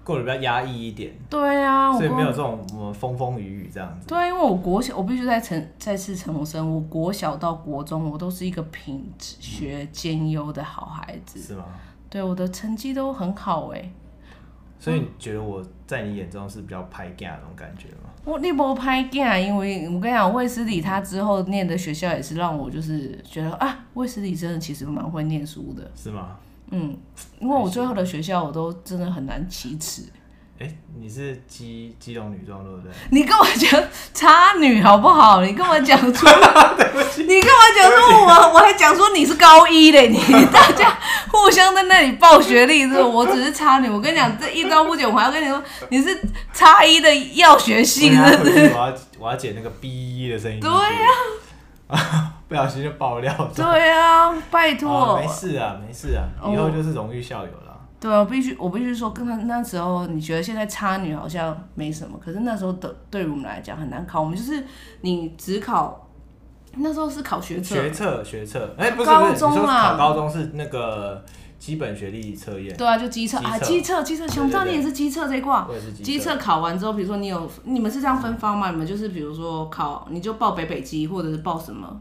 A: 过得比较压抑一点，
B: 对啊，我
A: 所以
B: 国
A: 没有这种我们风风雨雨这样子。
B: 对啊，因为我国小，我必须再陈再次重申，我国小到国中，我都是一个品学
A: 嗯
B: 兼优的好孩子，
A: 是吗？
B: 对我的成绩都很好哎、
A: 所以你觉得我在你眼中是比较拍 gay 那种感觉吗？
B: 我你无歹囝，啊因为我跟你讲，卫斯理他之后念的学校也是让我就是觉得啊，卫斯理真的其实蛮会念书的，
A: 是吗？
B: 嗯，因为我最后的学校我都真的很难启齿。
A: 哎、你是基基隆女装对不对？
B: 你跟我讲 <laughs> 差女好不好？你跟我讲
A: <laughs>
B: 出，你跟我讲说我，我还讲说你是高
A: <laughs>
B: 一嘞，你大家互相在那里报学历是不是我只是差女，我跟你讲，这一招不久，我还要跟你说你是差一的药学系
A: 我等下
B: 的
A: 回去我要我要剪那个 B 的声音进去。
B: 对呀
A: 啊， <laughs> 不小心就爆料了。
B: 对啊，拜托、
A: 哦，没事啊，没事啊，
B: 哦
A: 以后就是荣誉校友啦。
B: 对啊，我必须我必须说，跟他那时候你觉得现在差女好像没什么，可是那时候的对于我们来讲很难考，我们就是你只考那时候是考学测，
A: 学测，学测，哎，不是
B: 高
A: 不是，你
B: 中
A: 说
B: 啊
A: 考高中是那个基本学历测验，
B: 对啊，就机测啊，
A: 机
B: 机测机测，
A: 对
B: 熊照
A: 对
B: 你也是机测这一挂。
A: 我也是
B: 机
A: 基
B: 测考完之后，比如说你有你们是这样分方吗？你们就是比如说考你就报北北基，或者是报什么？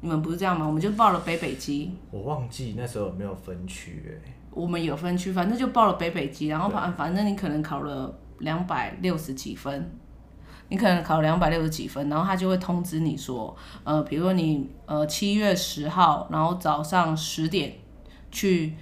B: 你们不是这样吗？我们就报了北北基，
A: 我忘记那时候有没有分区，哎，
B: 我们有分区，反正就报了北北基，然后反反正你可能考了两百六十几分，你可能考两百六十几分，然后他就会通知你说，呃，比如说你呃七月十号，然后早上十点去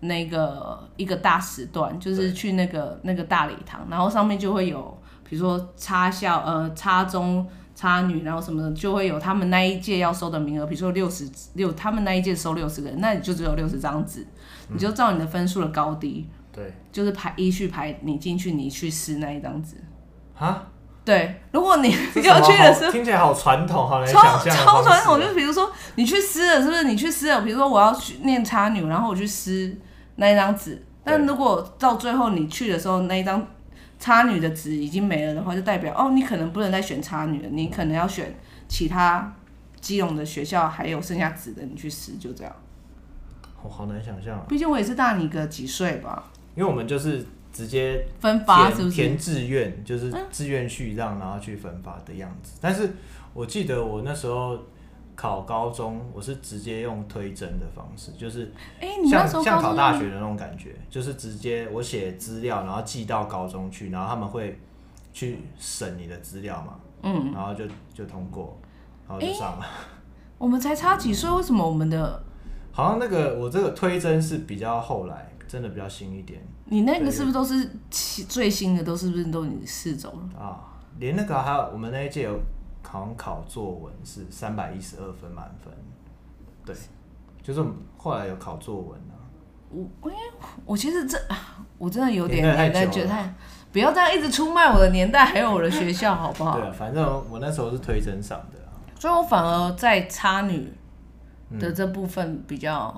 B: 那个一个大时段，就是去那个那个大礼堂，然后上面就会有，比如说插校呃插中。插女，然后什么的就会有他们那一届要收的名额，比如说六十六，他们那一届收六十个人，那你就只有六十张纸，你就照你的分数的高低，
A: 对，
B: 就是排依序排你进去，你去撕那一张纸。 <laughs>
A: 啊，
B: 对，如果你
A: 这
B: 要
A: 什
B: 去
A: 么
B: 的
A: 好
B: 是
A: 听起来好传统，好难想
B: 超
A: 象的啊方
B: 超
A: 式
B: 传统，就是比如说你去撕了，是不是？你去撕了，比如说我要去念差女，然后我去撕那一张纸。但如果到最后你去的时候，那一张差女的纸已经没了的话，就代表哦，你可能不能再选差女了，你可能要选其他基隆的学校还有剩下纸的，你去撕，就这样。
A: 我好难想象啊，
B: 毕竟我也是大你个几岁吧。
A: 因为我们就是直接
B: 分发是不
A: 填
B: 嗯是
A: 填？志愿，就是志愿序让然后去分发的样子。但是我记得我那时候考高中，我是直接用推甄的方式，就是
B: 哎、你那
A: 像
B: 时候
A: 像
B: 高
A: 考
B: 中
A: 大学的那种感觉，就是直接我写资料，然后寄到高中去，然后他们会去审你的资料嘛，
B: 嗯，
A: 然后就就通过，然后就上了。
B: 我们才差几岁，为什么我们的
A: 好像那个我这个推甄是比较后来，真的比较新一点
B: 你那个
A: 对
B: 是不是都是起最新的？都是不是都你试走了？
A: 啊，连那个还有我们那一届有好像考作文是三百一十二分满分，对，就是我们后来有考作文啊。
B: 我我因为我其实这啊我真的有点
A: 年代太
B: 年代
A: 久
B: 觉
A: 了
B: 得太，不要这样一直出卖我的年代，还有我的学校，好不好
A: 对？啊，反正我那时候是推甄上的啊、
B: 所以我反而在差女的这部分比较、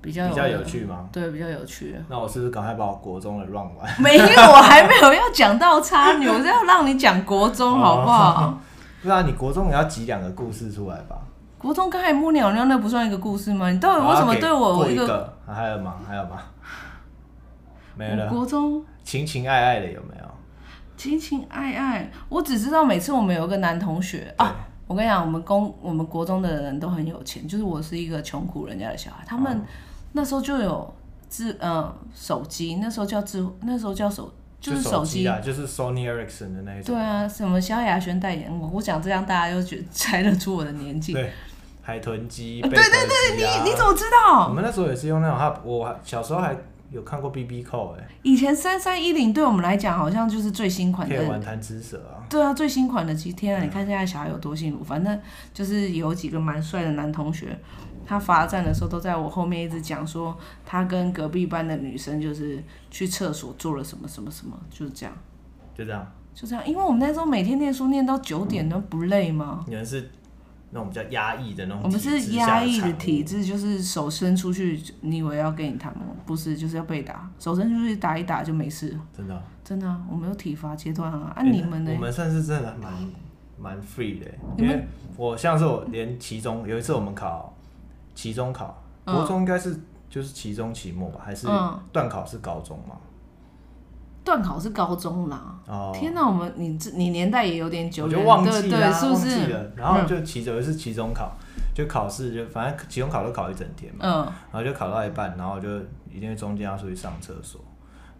B: 比较
A: 嗯比较有，趣吗？
B: 对，比较有趣。
A: 那我是不是赶快把我国中的 run 完？ <laughs>
B: 没有，我还没有要讲到差女，我是要让你讲国中，好不好？
A: 对啊，你国中也要挤两个故事出来吧？
B: 国中刚才摸鸟尿那不算一个故事吗？你到底为什么对
A: 好
B: 我
A: 给过
B: 一
A: 一
B: 个？
A: 个？啊还有吗？还有吗？没
B: 我
A: 了。
B: 国中
A: 情情爱爱的有没有？
B: 情情爱爱，我只知道每次我们有一个男同学啊，我跟你讲，我们公我们国中的人都很有钱，就是我是一个穷苦人家的小孩，他
A: 哦
B: 们那时候就有智呃手机，那时候叫智，那时候叫手就是
A: 手
B: 手机。
A: 啊，就是 Sony Ericsson 的那一种。
B: 对啊，什么萧亚轩代言，我我讲这样大家就觉得猜得出我的年纪。
A: 对，啊海豚鸡、
B: 啊
A: 贝
B: 对
A: 壳
B: 对对，
A: 机啊
B: 你你怎么知道
A: 我？们那时候也是用那种，还我还小时候还有看过 BB 扣哎、
B: 以前三三一零对我们来讲好像就是最新款
A: 可
B: 的
A: 以玩贪吃蛇啊。
B: 对啊，最新款的机，天啊！你看现在小孩有多幸福。反正就是有几个蛮帅的男同学，他罚站的时候都在我后面一直讲说，他跟隔壁班的女生就是去厕所做了什么什么什么，就是这样，
A: 就这样。
B: 就这样。因为我们那时候每天念书念到九点都不累吗？
A: 你们是那种比较压抑的那种，
B: 我们是压抑的体，质，就是手伸出去，你以为要跟你谈吗？不是，就是要被打，手伸出去打一打就没事了。
A: 真的啊。
B: 真的啊、我们有体罚阶段啊。啊，
A: 欸
B: 你们呢
A: 我？们算是真的蛮蛮 free 的欸，
B: 你
A: 因
B: 们
A: 为我像是我连期中有一次我们考期中考，
B: 嗯
A: 国中应该是就是期中期末吧，还是
B: 嗯
A: 段考是高中嘛？
B: 段考是高中啦。
A: 哦，
B: 天哪，我们你这你年代也有点久
A: 我
B: 远，
A: 就忘记
B: 对
A: 了啊，
B: 对，是不
A: 忘记
B: 是？嗯
A: 了，然后就期有一次期中考，就考试就反正期中考都考一整天嘛，
B: 嗯，
A: 然后就考到一半，然后就一定中间要出去上厕所，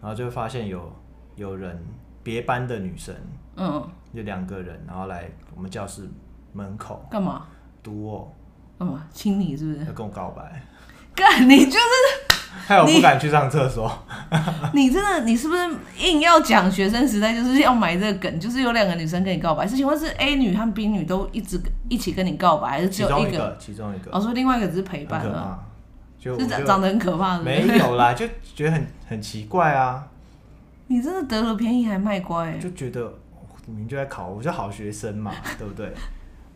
A: 然后就发现有有人别班的女生，
B: 嗯，
A: 就两个人，然后来我们教室门口
B: 干嘛
A: 堵我。
B: 干嘛亲你是不是？
A: 要跟我告白， <laughs>
B: 干你就是
A: 害我不敢去上厕所。
B: 你真的你是不是硬要讲学生时代就是要埋这个梗？就是有两个女生跟你告白，是请问是 A 女和 B 女都一直一起跟你告白，还是 <laughs> 只
A: 其
B: 有
A: 中
B: 一个？
A: 个，其中一个，
B: 哦，所以另外一个只是陪
A: 很
B: 伴
A: 可
B: 了，
A: 怕。就我
B: 是长
A: 就
B: 长得很可怕的。
A: 没有啦，就觉得很很奇怪啊，
B: 你真的得了便宜还卖乖、欸，
A: 就觉得哦你们就在考，我就好学生嘛，对不对？ <laughs>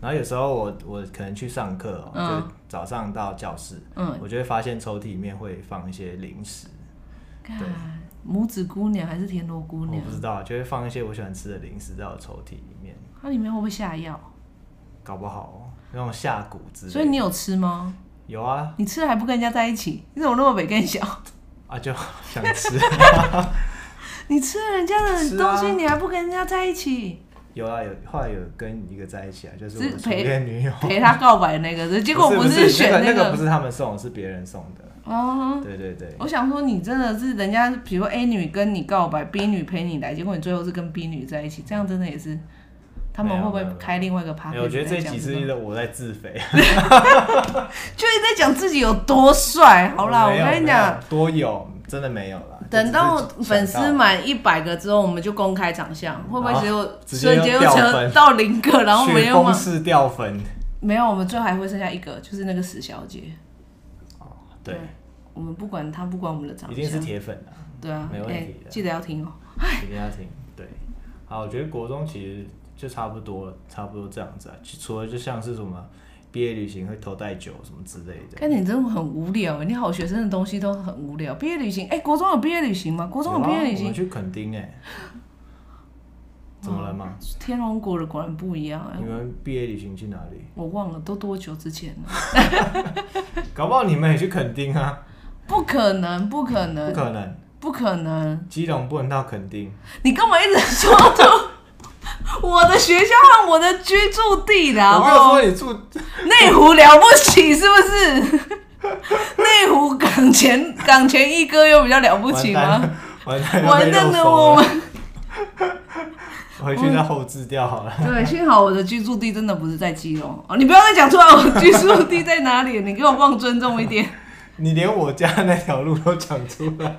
A: 然后有时候我我可能去上课哦、
B: 嗯
A: 就早上到教室，
B: 嗯，
A: 我就会发现抽屉里面会放一些零食，
B: 干拇指姑娘还是田螺姑
A: 我
B: 娘
A: 不？知道，就会放一些我喜欢吃的零食在我抽屉里面，
B: 它里面会不会下药？
A: 搞不好、哦那种下蛊之类的。
B: 所以你有吃吗？
A: 有啊
B: 你吃了还不跟人家在一起？你怎么那么北更小？
A: 啊，就想
B: <laughs>
A: 吃。
B: 你吃了人家的
A: 是啊
B: 东西，你还不跟人家在一起，
A: 有啊，有后来有跟一个在一起啊，就是我
B: 是
A: 的初
B: 陪
A: 恋女友。
B: 陪他告白的那个，结果
A: 不是
B: 是选
A: 那个、
B: 个
A: 不是他们送的，是别人送的。
B: 哦。
A: 对对对，
B: 我想说，你真的是人家，比如说 A 女跟你告白，B 女陪你来，结果你最后是跟 B 女在一起，这样真的也是，他们
A: 没有
B: 会不会
A: 没有
B: 开另外一个 p a
A: 哎
B: r
A: 我觉得这几次的我在自肥。
B: 就一直在讲自己有多帅。 <laughs> 好啦，我
A: 没有
B: 跟你讲，，
A: 没有多有真的没有啦。
B: 等到
A: 就只是
B: 粉
A: 想
B: 丝
A: 到
B: 满一百个之后，我们就公开长相，会不会只有
A: 啊直接
B: 瞬间又
A: 掉
B: 扯
A: 分
B: 到零个，然后啊我们
A: 去
B: 又
A: 公
B: 往
A: 式掉分。
B: 没有，我们最后还会剩下一个，就是那个死小姐。
A: 对，
B: 我们不管他，不管我们的长相，
A: 一定是铁粉的，
B: 对啊，
A: 没问题的
B: 哎记得要听哦。
A: 一定要听。对，好，我觉得国中其实就差不多，差不多这样子啊。就除了就像是什么毕业旅行会偷带酒什么之类的。
B: 看你真的很无聊，你好学生的东西都很无聊。毕业旅行，哎、国中有毕业旅行吗？国中有
A: 有啊
B: 毕业旅
A: 我
B: 行
A: 们，去垦丁哎、
B: <laughs>
A: 怎么了吗？
B: 天龙国的果然不一样哎、
A: 你们毕业旅行去哪里？
B: 我忘了都多久之前了？
A: 搞不好你们也去垦丁啊？
B: 不可能，不可
A: 不
B: 能！
A: 可能，
B: 不可能，
A: 基隆不能到垦丁，
B: 你干嘛一直说出 <laughs> 我的学校和我的居住地啦？
A: 我没有说你住
B: 内湖了不起是不是？内湖港前港前一哥又比较了不起
A: 完
B: 吗？
A: 蛋完蛋又
B: 完
A: 被
B: 蛋
A: 弄
B: 了，
A: 熟
B: 我
A: 了
B: 们
A: 回去再后置掉好了。
B: 对，幸好我的居住地真的不是在基隆哦。你不要再讲出来 <laughs> 我居住地在哪里，你给我忘尊重一点。
A: 你连我家那条路都讲出来，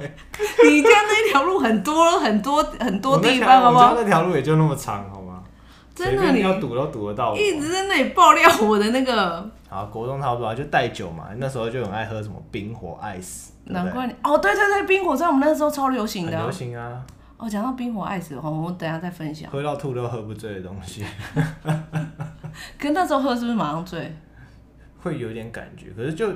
B: 你家那条路很多很多很多
A: 我那
B: 地
A: 条
B: 方，好不
A: 我
B: 好？
A: 家那条路也就那么长，好吗？
B: 真
A: 随
B: 的，
A: 便
B: 你
A: 要堵都堵得到我。
B: 一直在那里爆料我的那个，
A: 好，国中差不多啊，就带酒嘛，那时候就很爱喝什么冰火 ice，对不
B: 难
A: 对
B: 怪你哦，对对对，冰火在我们那时候超流行
A: 很
B: 的啊、
A: 流行啊，
B: 哦，讲到冰火爱死哦，我等一下再分享。
A: 喝到吐都喝不醉的东西， <laughs>
B: 可是那时候喝是不是马上醉？
A: 会有点感觉，可是就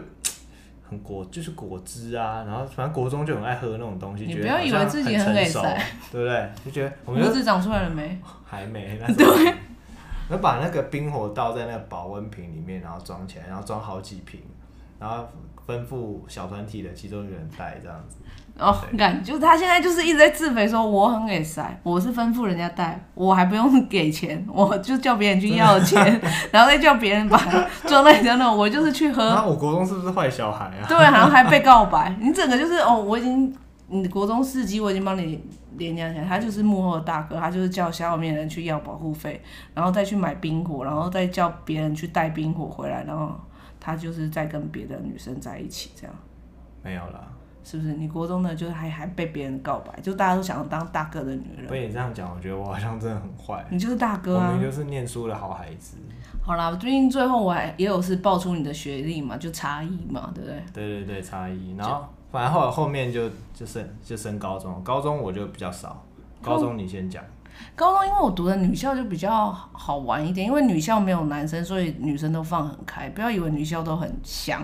A: 很果就是果汁啊，然后反正国中就很爱喝那种东西，
B: 你
A: 觉
B: 不
A: 得
B: 要
A: 好
B: 以
A: 像
B: 为自己
A: 很
B: 很
A: 成
B: 美
A: 熟
B: 塞，
A: 对不对？就觉得我们
B: 胡
A: 就
B: 子长出来了没？
A: 还没，那时候还没然后把那个冰火倒在那个保温瓶里面，然后装起来，然后装好几瓶，然后吩咐小团体的其中一个人带这样子。
B: 哦，感就是他现在就是一直在自肥，说我很给塞，我是吩咐人家带，我还不用给钱，我就叫别人去要
A: <laughs>
B: 钱，然后再叫别人把装在人家那，我就是去
A: 然
B: 喝。
A: 后我国中是不是坏小孩啊？
B: 对，好像还被告白，你整个就是哦，我已经你的国中四级我已经帮你联想起来，他就是幕后的大哥，他就是叫下面的人去要保护费，然后再去买冰火，然后再叫别人去带冰火回来，然后他就是在跟别的女生在一起这样。
A: 没有啦，
B: 是不是？你国中的就是还还被别人告白，就大家都想要当大哥的女人，
A: 被你这样讲，我觉得我好像真的很坏。
B: 你就是大啊哥
A: 我
B: 啊
A: 们。就是念书的好孩子。
B: 好啦，最近最后我还也有是爆出你的学历嘛，就差异嘛，对不对？
A: 对对对，差异。然后反正后来后面就就升就升高中，高中我就比较少。高中你先讲，
B: 高中因为我读的女校就比较好玩一点，因为女校没有男生，所以女生都放很开。不要以为女校都很香，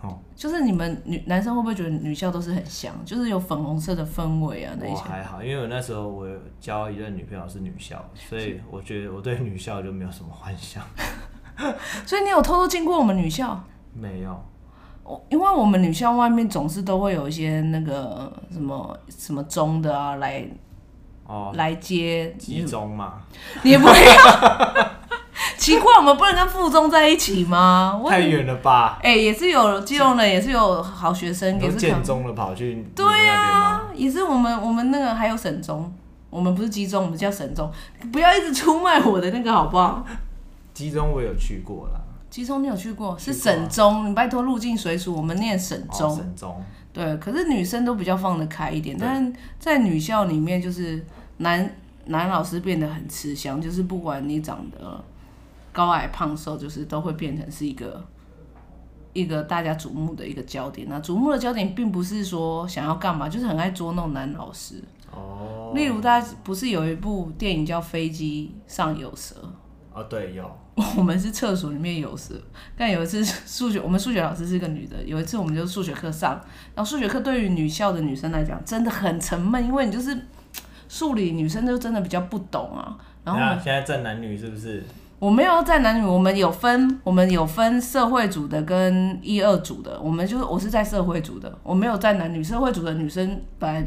A: 哦，
B: 就是你们女男生会不会觉得女校都是很香，就是有粉红色的氛围啊那
A: 我
B: 些。
A: 还好，因为我那时候我有交一任女朋友是女校，所以我觉得我对女校就没有什么幻想。 <laughs>
B: 所以你有偷偷经过我们女校？
A: 没有，
B: 我因为我们女校外面总是都会有一些那个什么什么中的啊来
A: 哦，
B: 来接，
A: 集中嘛，
B: 你不要 <laughs> 奇怪，我们不能跟附中在一起吗？我
A: 太
B: 哎、
A: 远了吧？
B: 也是有基隆人，也是有好学生，
A: 都
B: 也是可
A: 建中了跑去
B: 对
A: 呀、
B: 啊，也是我们我们那个还有省中，我们不是基中，我们叫省中，不要一直出卖我的那个好不好？
A: 集中我有去过啦，
B: 基中你有去过？是
A: 去过啊
B: 省中，你拜托入境水属，我们念省中。
A: 哦神中，
B: 对，可是女生都比较放得开一点，
A: 对
B: 但在女校里面，就是男男老师变得很吃香，就是不管你长得高矮胖瘦，就是都会变成是一个一个大家瞩目的一个焦点。那瞩目的焦点并不是说想要干嘛，就是很爱捉弄男老师。
A: 哦，
B: 例如，大家不是有一部电影叫《飞机上有蛇》，
A: 哦对有，
B: <laughs> 我们是厕所里面有蛇，但有一次数学，我们数学老师是个女的，有一次我们就数学课上，然后数学课对于女校的女生来讲真的很沉闷，因为你就是数理女生就真的比较不懂啊。然后我
A: 那
B: 们
A: 现在正男女是不是？
B: 我没有在男女，我们有分，我们有分社会组的跟一二组的，我们就是我是在社会组的，我没有在男女，社会组的女生本来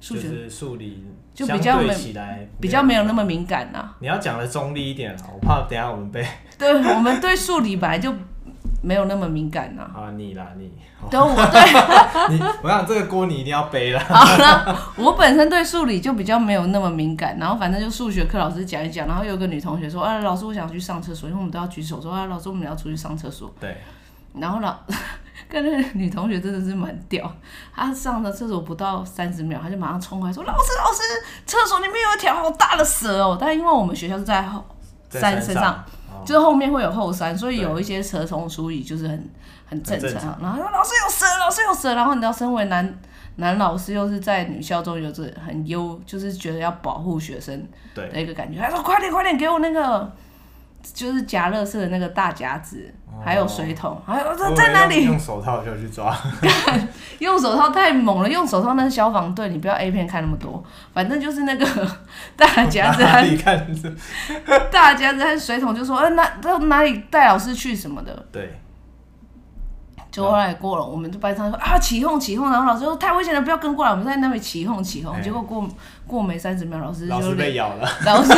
B: 数
A: 就
B: 学
A: 是数理
B: 就
A: 相
B: 比较
A: 对
B: 没
A: 起来
B: 比较没有那么敏感呐、
A: 你要讲的中立一点啦，我怕等一下我们
B: <laughs>
A: 被
B: 对我们对数理本来就没有那么敏感呐、
A: 啊你啦你，
B: 对，我对。
A: 你我想这个锅你一定要背啦。
B: 好了，我本身对数理就比较没有那么敏感，然后反正就数学课老师讲一讲，然后有个女同学说，啊，老师我想去上厕所，因为我们都要举手说，啊，老师我们要出去上厕所。
A: 对，
B: 然后老，跟那个女同学真的是蛮屌，她上了厕所不到三十秒，她就马上冲过来说，老师老师，厕所里面有一条好大的蛇哦。但因为我们学校是在后
A: 在
B: 山
A: 山
B: 身上，
A: 哦
B: 就是后面会有后山，所以
A: 对
B: 有一些蛇虫鼠蚁就是很很正常。
A: 很正
B: 然后他说老师有蛇，老师有蛇。然后你知道，身为男男老师又是在女校中有着很优，就是觉得要保护学生
A: 对
B: 的一个感觉。他说快点快点给我那个。就是夹乐色的那个大夹子，
A: 哦
B: 还有水桶，还有
A: 我以
B: 这
A: 为
B: 在哪
A: 用
B: 里？
A: 用手套就去
B: <laughs>
A: 抓，
B: 用手套太猛了，用手套那是消防队，你不要 A 片看那么多。反正就是那个 <laughs> 大夹子，
A: 哪里看是？
B: 大夹子和水桶，就说，呃，哪到哪里带老师去什么的。
A: 对，
B: 就后来过了，我们就班上说啊起哄起哄，然后老师说太危险了，不要跟过来，我们在那里起哄起
A: 哎
B: 哄。结果过过没三十秒，老师
A: 老
B: 就
A: 师被
B: 脸
A: 咬了，
B: 老师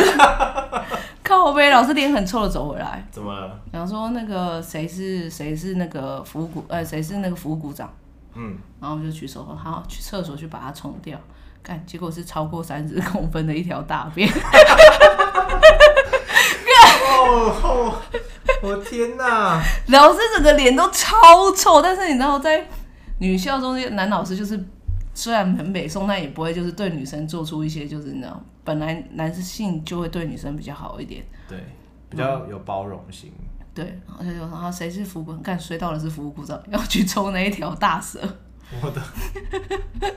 B: 靠背，老师脸很臭的走回来，
A: 怎么
B: <laughs>
A: 了？
B: 然后说那个谁是谁是那个服务股呃谁是那个服务股长，
A: 嗯，
B: 然后我就举手说好去厕所去把它冲掉，干结果是超过三十公分的一条大便。
A: 哦
B: <laughs>
A: 哦，我天哪！
B: 老师整个脸都超臭，但是你知道，在女校中间，男老师就是虽然很北宋，但也不会就是对女生做出一些就是你知道，本来男性就会对女生比较好一点，
A: 对，比
B: 嗯
A: 较有包容性。
B: 对，然后他就说啊谁是服务股，干谁到了是服务股长，要去抽那一条大蛇，
A: 我的， <laughs>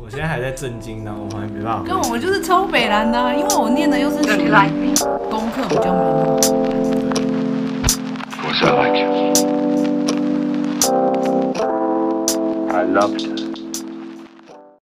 A: 我现在还在震惊呢，我还没办
B: 跟
A: 法。
B: 我们就是超北蓝的、啊，因为我念的又是属于功课比较没那么好。
C: Of course I liked you. I loved her.